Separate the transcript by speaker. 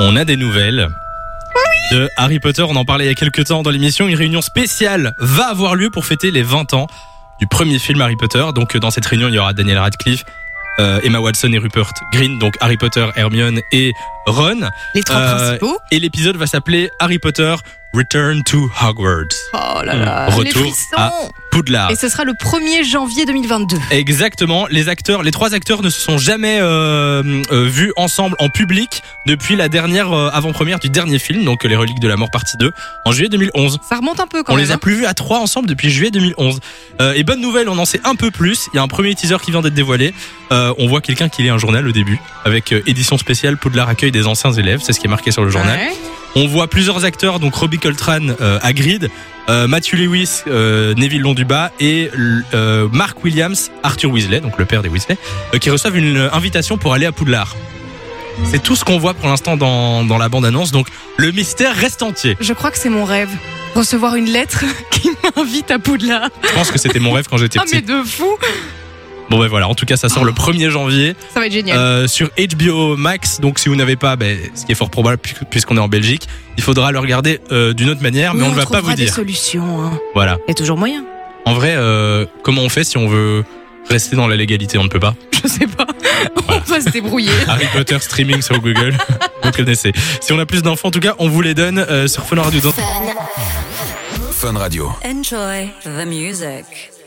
Speaker 1: on a des nouvelles de Harry Potter. On en parlait il y a quelques temps dans l'émission. Une réunion spéciale va avoir lieu pour fêter les 20 ans du premier film Harry Potter. Donc euh, dans cette réunion, il y aura Daniel Radcliffe, euh, Emma Watson et Rupert Green, donc Harry Potter, Hermione et Ron.
Speaker 2: Les trois
Speaker 1: Euh,
Speaker 2: principaux.
Speaker 1: Et l'épisode va s'appeler Harry Potter Return to Hogwarts.
Speaker 2: Oh là là.
Speaker 1: hmm. Retour
Speaker 2: les frissons.
Speaker 1: à- Poudlard.
Speaker 2: Et ce sera le 1er janvier 2022.
Speaker 1: Exactement. Les acteurs, les trois acteurs ne se sont jamais euh, euh, vus ensemble en public depuis la dernière euh, avant-première du dernier film, donc euh, Les Reliques de la Mort partie 2, en juillet 2011.
Speaker 2: Ça remonte un peu quand
Speaker 1: on
Speaker 2: même.
Speaker 1: les a
Speaker 2: hein.
Speaker 1: plus vus à trois ensemble depuis juillet 2011. Euh, et bonne nouvelle, on en sait un peu plus. Il y a un premier teaser qui vient d'être dévoilé. Euh, on voit quelqu'un qui lit un journal au début, avec euh, édition spéciale Poudlard accueil des anciens élèves. C'est ce qui est marqué sur le journal.
Speaker 2: Ouais.
Speaker 1: On voit plusieurs acteurs, donc Robbie Coltrane, euh, Hagrid, euh, Matthew Lewis, euh, Neville Londuba et l- euh, Mark Williams, Arthur Weasley, donc le père des Weasley, euh, qui reçoivent une euh, invitation pour aller à Poudlard. C'est tout ce qu'on voit pour l'instant dans, dans la bande-annonce, donc le mystère reste entier.
Speaker 2: Je crois que c'est mon rêve. Recevoir une lettre qui m'invite à Poudlard.
Speaker 1: Je pense que c'était mon rêve quand j'étais
Speaker 2: Ah, mais
Speaker 1: petit.
Speaker 2: de fou
Speaker 1: Bon ben voilà, en tout cas ça
Speaker 2: Ah.
Speaker 1: sort le 1er janvier
Speaker 2: Ça va être génial.
Speaker 1: euh, sur HBO Max, donc si vous n'avez pas, ben, ce qui est fort probable pu- puisqu'on est en Belgique, il faudra le regarder euh, d'une autre manière, mais
Speaker 2: Oui,
Speaker 1: on ne va pas
Speaker 2: trouvera
Speaker 1: vous
Speaker 2: des
Speaker 1: dire.
Speaker 2: solutions. hein.
Speaker 1: Voilà.
Speaker 2: Il y a toujours moyen.
Speaker 1: En vrai, euh, comment on fait si on veut rester dans la légalité On ne peut pas.
Speaker 2: Je sais pas. On va se débrouiller.
Speaker 1: Harry Potter streaming sur Google, vous connaissez. Si on a plus d'infos, en tout cas, on vous les donne euh, sur Fun Radio. Dans-
Speaker 3: Fun Radio.
Speaker 4: Enjoy the music.